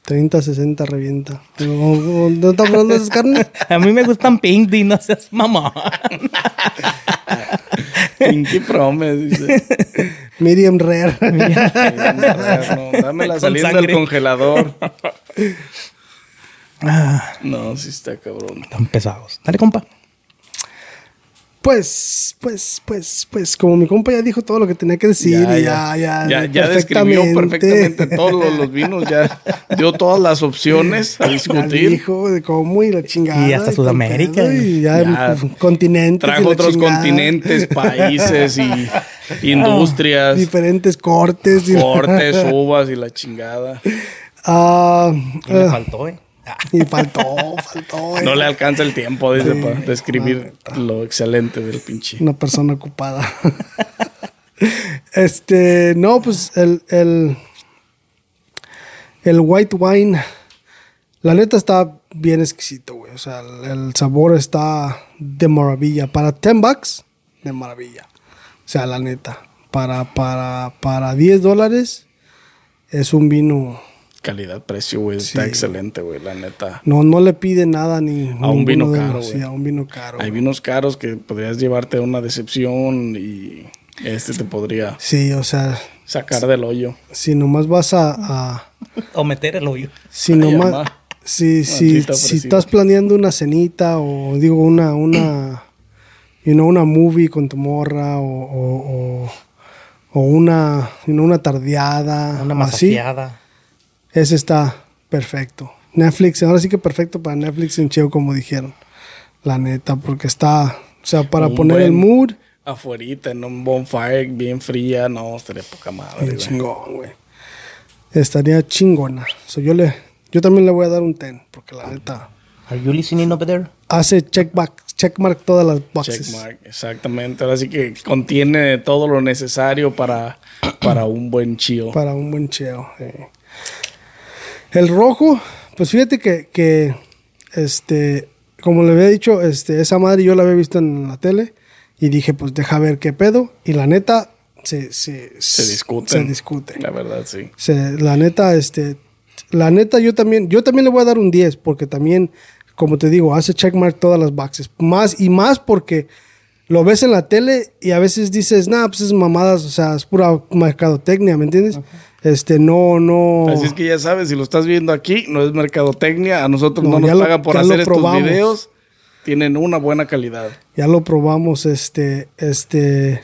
[SPEAKER 4] 30, 60, revienta. Digo, ¿No no están probando esas carnes?
[SPEAKER 3] A mí me gustan pink, di, no seas mamá.
[SPEAKER 2] Pinky promise, dice.
[SPEAKER 4] Medium rare.
[SPEAKER 2] No, dámela
[SPEAKER 3] Con
[SPEAKER 2] saliendo
[SPEAKER 3] sangre.
[SPEAKER 2] del congelador.
[SPEAKER 4] Ah.
[SPEAKER 2] No, sí está cabrón.
[SPEAKER 3] Están pesados. Dale, compa.
[SPEAKER 4] Pues, pues, pues, pues, como mi compa ya dijo todo lo que tenía que decir, y ya, ya,
[SPEAKER 2] ya, ya describió perfectamente todos los, los vinos, ya dio todas las opciones a
[SPEAKER 4] Ya
[SPEAKER 2] discutir.
[SPEAKER 4] dijo de cómo y la chingada.
[SPEAKER 3] Y hasta
[SPEAKER 4] con
[SPEAKER 3] Sudamérica.
[SPEAKER 4] todo, Y ya,
[SPEAKER 2] Ya.
[SPEAKER 4] con- continentes. y
[SPEAKER 2] Trajo
[SPEAKER 4] la
[SPEAKER 2] otros
[SPEAKER 4] chingada.
[SPEAKER 2] continentes, países y industrias,
[SPEAKER 4] Diferentes cortes. y-
[SPEAKER 2] cortes, uvas y la chingada.
[SPEAKER 4] Pues, Ah,
[SPEAKER 3] Y me
[SPEAKER 4] ah,
[SPEAKER 3] faltó, eh. Ah,
[SPEAKER 4] y faltó, faltó. eh.
[SPEAKER 2] No le alcanza el tiempo, dice, para describir lo excelente del pinche.
[SPEAKER 4] Una persona ocupada. este, no, pues el, el, el white wine, la neta está bien exquisito, güey. O sea, el, el sabor está de maravilla. Para 10 bucks, de maravilla. O sea, la neta. Para, para, para 10 dólares es un vino.
[SPEAKER 2] Calidad, precio, güey. Está excelente, güey, la neta.
[SPEAKER 4] No, no le pide nada ni
[SPEAKER 2] A un
[SPEAKER 4] ninguno
[SPEAKER 2] vino
[SPEAKER 4] de
[SPEAKER 2] caro,
[SPEAKER 4] los-
[SPEAKER 2] güey.
[SPEAKER 4] Sí, a un vino caro.
[SPEAKER 2] Hay
[SPEAKER 4] güey.
[SPEAKER 2] vinos caros que podrías llevarte a una decepción y este te podría
[SPEAKER 4] Sí, o sea,
[SPEAKER 2] sacar del hoyo.
[SPEAKER 4] si nomás vas a- a
[SPEAKER 3] o meter el hoyo.
[SPEAKER 4] Si
[SPEAKER 2] Ay,
[SPEAKER 4] nomás,
[SPEAKER 2] mamá.
[SPEAKER 4] si,
[SPEAKER 2] sí
[SPEAKER 4] si,
[SPEAKER 2] está
[SPEAKER 4] si
[SPEAKER 2] ofrecido.
[SPEAKER 4] estás planeando una cenita o digo una, una, you know, una movie con tu morra o, o, o- o una, you know, una tardeada,
[SPEAKER 3] Una
[SPEAKER 4] o así,
[SPEAKER 3] masajeada.
[SPEAKER 4] ese está perfecto. Netflix, ahora sí que perfecto para Netflix en cheo, como dijeron. La neta, porque está, o sea, para
[SPEAKER 2] Un
[SPEAKER 4] poner el
[SPEAKER 2] buen-
[SPEAKER 4] mood,
[SPEAKER 2] Afuerita, en un bonfire bien fría, no, estaría poca madre,
[SPEAKER 4] bien
[SPEAKER 2] güey.
[SPEAKER 4] chingón, güey. Estaría chingona. So, yo, le, yo también le voy a dar un ten, porque la neta.
[SPEAKER 3] Are you listening over there?
[SPEAKER 4] hace checkback, checkmark todas las boxes.
[SPEAKER 2] Checkmark, exactamente. Ahora sí que contiene todo lo necesario para, para un buen chill.
[SPEAKER 4] Para un buen cheo. eh. El rojo, pues fíjate que, que, este, como le había dicho, este, esa madre yo la había visto en la tele y dije, pues deja ver qué pedo. Y la neta, se, se,
[SPEAKER 2] Se discute.
[SPEAKER 4] Se discute.
[SPEAKER 2] La verdad, sí.
[SPEAKER 4] Se- la neta, este, la neta, yo también, yo también le voy a dar un 10, porque también, como te digo, hace checkmark todas las boxes. Más y más porque lo ves en la tele y a veces dices, nah, pues es mamadas, o sea, es pura mercadotecnia, ¿me entiendes? Este, no, no.
[SPEAKER 2] Así es que ya sabes, si lo estás viendo aquí, no es mercadotecnia. A nosotros
[SPEAKER 4] No,
[SPEAKER 2] no,
[SPEAKER 4] ya
[SPEAKER 2] nos
[SPEAKER 4] lo-
[SPEAKER 2] pagan por
[SPEAKER 4] ya lo
[SPEAKER 2] hacer estos
[SPEAKER 4] probamos.
[SPEAKER 2] videos. Tienen una buena calidad.
[SPEAKER 4] Ya lo probamos, este, este.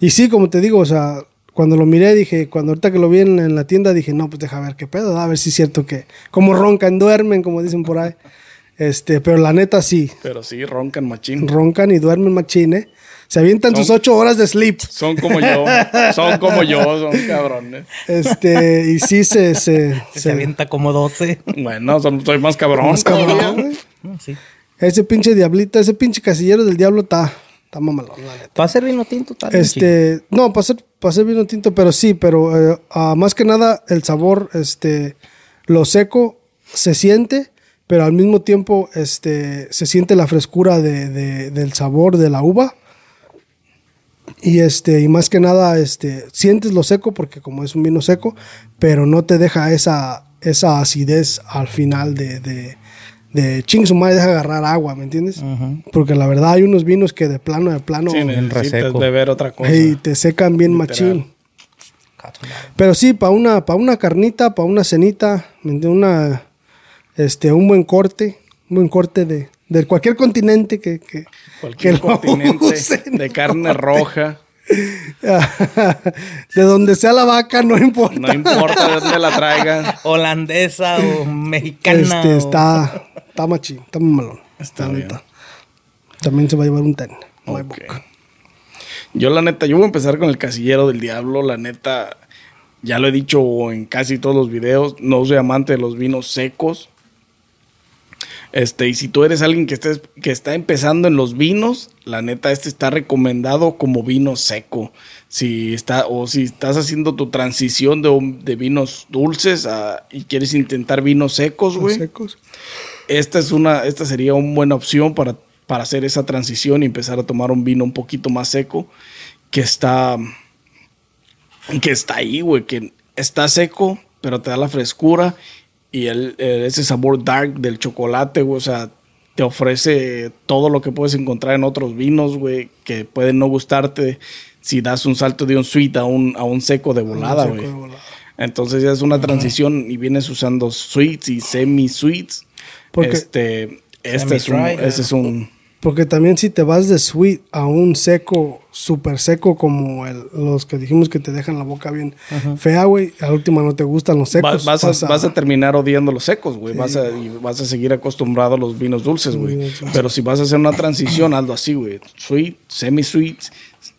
[SPEAKER 4] Y sí, como te digo, o sea, cuando lo miré, dije, cuando ahorita que lo vi en, en la tienda, dije, no, pues deja ver qué pedo, a ver si es cierto que, como roncan, duermen, como dicen por ahí. Este, pero la neta sí,
[SPEAKER 2] Pero sí, roncan machín.
[SPEAKER 4] roncan y duermen machine. Se avientan sus ocho horas de sleep.
[SPEAKER 2] Son como yo. Son como yo. Son cabrones.
[SPEAKER 4] Este, y sí se, se,
[SPEAKER 3] Se,
[SPEAKER 4] se-
[SPEAKER 3] avienta como 12.
[SPEAKER 2] Bueno, son- soy más cabrón.
[SPEAKER 4] Más cabrón,
[SPEAKER 2] todavía.
[SPEAKER 4] güey.
[SPEAKER 3] No, Mm, sí.
[SPEAKER 4] Ese pinche diablito, ese pinche casillero del diablo está, está mamalón, la neta.
[SPEAKER 3] Va a ser vino tinto tal vez, chico.
[SPEAKER 4] Este, no, para ser, para ser vino tinto, pero sí, pero eh, ah, más que nada el sabor, este, lo seco se siente, pero al mismo tiempo, este, se siente la frescura de, de- del sabor de la uva. Y este, y más que nada, este, sientes lo seco porque como es un vino seco, pero no te deja esa, esa acidez al final de, de, de ching su madre, deja agarrar agua, ¿me entiendes? Porque la verdad hay unos vinos que de plano, de plano,
[SPEAKER 2] Sí, necesitas
[SPEAKER 3] reseco.
[SPEAKER 2] beber otra cosa.
[SPEAKER 4] y te secan bien machín. Pero sí, para una, pa' una carnita, para una cenita, ¿me entiendes? una, este, un buen corte, un buen corte de, de cualquier continente que... que
[SPEAKER 2] Cualquier
[SPEAKER 4] que lo
[SPEAKER 2] continente
[SPEAKER 4] usen,
[SPEAKER 2] de carne roja.
[SPEAKER 4] de donde sea la vaca, no importa.
[SPEAKER 2] No importa de dónde la traigan.
[SPEAKER 3] Holandesa o mexicana.
[SPEAKER 4] este,
[SPEAKER 3] o-
[SPEAKER 4] está, está machín, está malón.
[SPEAKER 2] Está bien.
[SPEAKER 4] También se va a llevar un ten. My
[SPEAKER 2] Ok.
[SPEAKER 4] book.
[SPEAKER 2] Yo la neta, yo voy a empezar con el casillero del diablo. La neta, ya lo he dicho en casi todos los videos, no soy amante de los vinos secos. Este, y si tú eres alguien que, estés, que está empezando en los vinos, la neta, este está recomendado como vino seco. Si está, o si estás haciendo tu transición de, un- de vinos dulces a- y quieres intentar vinos secos, güey
[SPEAKER 4] Secos.
[SPEAKER 2] esta es una, esta sería una buena opción para, para hacer esa transición y empezar a tomar un vino un poquito más seco que está, que está ahí, güey, que está seco, pero te da la frescura y el, eh, ese sabor dark del chocolate, güey, o sea, te ofrece todo lo que puedes encontrar en otros vinos, güey, que pueden no gustarte si das un salto de un sweet a un, a un seco de volada,
[SPEAKER 4] seco
[SPEAKER 2] güey.
[SPEAKER 4] de volada.
[SPEAKER 2] Entonces ya es una transición y vienes usando sweets y semi-sweets.
[SPEAKER 4] Porque-
[SPEAKER 2] este, este es un,
[SPEAKER 3] Semi-dry,
[SPEAKER 2] este es un-
[SPEAKER 4] Porque también si te vas de sweet a un seco, súper seco, como el- los que dijimos que te dejan la boca bien fea, güey, a la última no te gustan los
[SPEAKER 2] va-
[SPEAKER 4] secos.
[SPEAKER 2] vas, a,
[SPEAKER 4] pasa-
[SPEAKER 2] vas a terminar odiando los secos, güey. Vas a, y vas a seguir acostumbrado a los vinos dulces, güey.
[SPEAKER 4] Vinos dulces.
[SPEAKER 2] Pero si vas a hacer una transición, hazlo así, güey. Sweet, semi-sweets,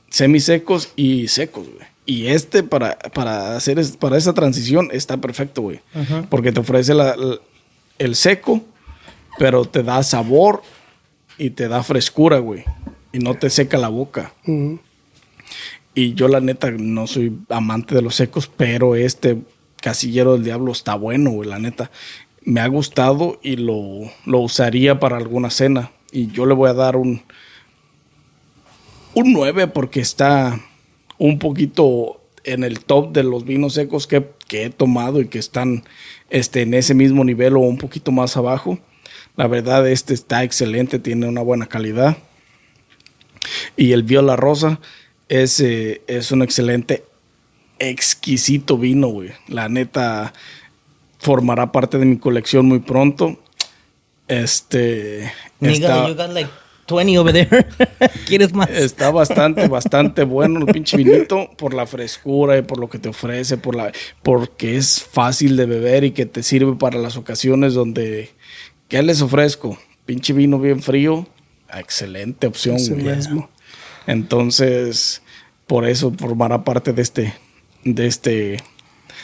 [SPEAKER 2] semi-secos y secos, güey. Y este para, para hacer es- para esa transición está perfecto, güey. Porque te ofrece la- la- el seco, pero te da sabor y te da frescura, güey. Y no te seca la boca.
[SPEAKER 4] Ujú.
[SPEAKER 2] Y yo la neta no soy amante de los secos, pero este casillero del diablo está bueno, güey, la neta. Me ha gustado y lo, lo usaría para alguna cena. Y yo le voy a dar un, un 9 porque está un poquito en el top de los vinos secos que, que he tomado y que están este, en ese mismo nivel o un poquito más abajo. La verdad, este está excelente, tiene una buena calidad. Y el Viola Rosa es, eh, es un excelente, exquisito vino, güey. La neta formará parte de mi colección muy pronto. Este. está-
[SPEAKER 3] Nigga, you got like 20 over there. ¿Quieres más?
[SPEAKER 2] Está bastante, bastante bueno el pinche vinito por la frescura y por lo que te ofrece, por la, porque es fácil de beber y que te sirve para las ocasiones donde... ¿Qué les ofrezco? Pinche vino bien frío. Excelente opción,
[SPEAKER 4] Ese
[SPEAKER 2] güey.
[SPEAKER 4] mismo.
[SPEAKER 2] Entonces, por eso formará parte de este, de este,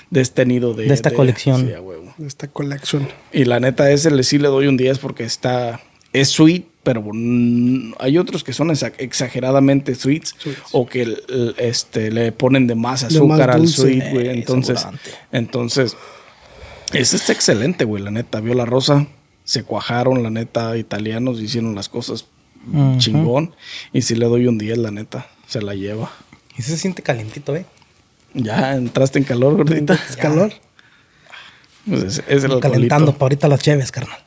[SPEAKER 2] de este nido de...
[SPEAKER 3] De esta colección.
[SPEAKER 2] sí, a huevo.
[SPEAKER 4] Esta collection.
[SPEAKER 2] Y la neta, ese le, sí le doy un 10 porque está. Es sweet, pero mm, hay otros que son exa- exageradamente sweets o que el- el- este, le ponen de más
[SPEAKER 4] De más
[SPEAKER 2] azúcar al
[SPEAKER 4] dulce.
[SPEAKER 2] sweet, güey.
[SPEAKER 3] Eh,
[SPEAKER 2] Entonces,
[SPEAKER 3] saborante.
[SPEAKER 2] entonces, ese está excelente, güey, la neta. Viola Rosa, se cuajaron, la neta, italianos hicieron las cosas chingón. Y sí le doy un 10, la neta, se la lleva.
[SPEAKER 3] Y se siente calientito, ¿eh?
[SPEAKER 2] Ya entraste en calor, gordita.
[SPEAKER 4] ¿Es calor?
[SPEAKER 2] Pues es, es el alcoholito.
[SPEAKER 3] Calentando para ahorita las cheves, carnal.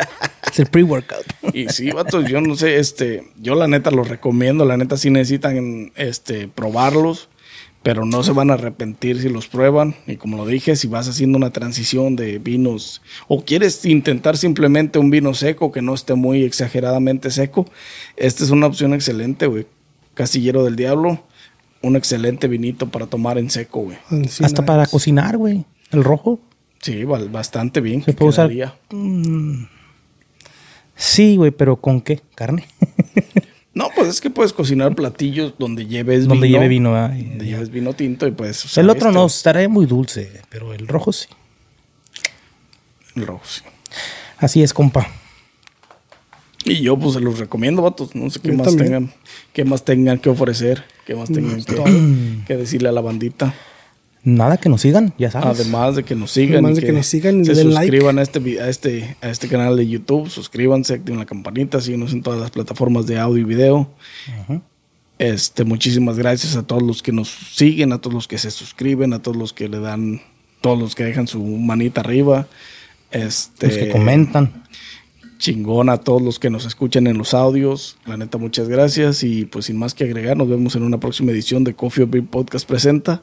[SPEAKER 3] es el pre-workout.
[SPEAKER 2] Y sí, vatos, yo no sé, este, yo la neta los recomiendo, la neta sí necesitan este probarlos, pero no se van a arrepentir si los prueban. Y como lo dije, si vas haciendo una transición de vinos o quieres intentar simplemente un vino seco que no esté muy exageradamente seco, esta es una opción excelente, güey. Casillero del Diablo, un excelente vinito para tomar en seco, güey.
[SPEAKER 4] Encina.
[SPEAKER 3] Hasta para cocinar, güey. El rojo.
[SPEAKER 2] Sí, val- bastante bien.
[SPEAKER 3] Se
[SPEAKER 2] que
[SPEAKER 3] puede usar.
[SPEAKER 2] quedaría.
[SPEAKER 3] Sí, güey, pero ¿con qué? Carne.
[SPEAKER 2] No, pues es que puedes cocinar platillos donde lleves
[SPEAKER 3] Donde
[SPEAKER 2] vino.
[SPEAKER 3] lleve vino. ¿verdad?
[SPEAKER 2] Donde lleves vino tinto y pues. usar
[SPEAKER 3] El otro
[SPEAKER 2] este.
[SPEAKER 3] no, estará muy dulce, pero el rojo sí.
[SPEAKER 2] El rojo, sí.
[SPEAKER 3] Así es, compa.
[SPEAKER 2] Y yo pues se los recomiendo, vatos. No sé qué
[SPEAKER 4] Yo
[SPEAKER 2] más
[SPEAKER 4] también. Mm,
[SPEAKER 2] tengan, qué más tengan que ofrecer, qué más tengan que, que decirle a la bandita.
[SPEAKER 3] Nada que nos sigan, ya sabes.
[SPEAKER 2] Además de que nos sigan,
[SPEAKER 4] Además
[SPEAKER 2] y
[SPEAKER 4] de que nos sigan y
[SPEAKER 2] se
[SPEAKER 4] le den like.
[SPEAKER 2] suscriban a este vi- a este a este canal de YouTube, suscríbanse, activen la campanita, síguenos en todas las plataformas de audio y video. Este, muchísimas gracias a todos los que nos siguen, a todos los que se suscriben, a todos los que le dan, todos los que dejan su manita arriba. Este,
[SPEAKER 3] Los que comentan.
[SPEAKER 2] chingón a todos los que nos escuchan en los audios. La neta, muchas gracias. Y pues sin más que agregar, nos vemos en una próxima edición de Coffee or Beer Podcast Presenta.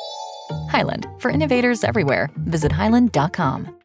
[SPEAKER 5] Highland, for innovators everywhere, visit highland.com.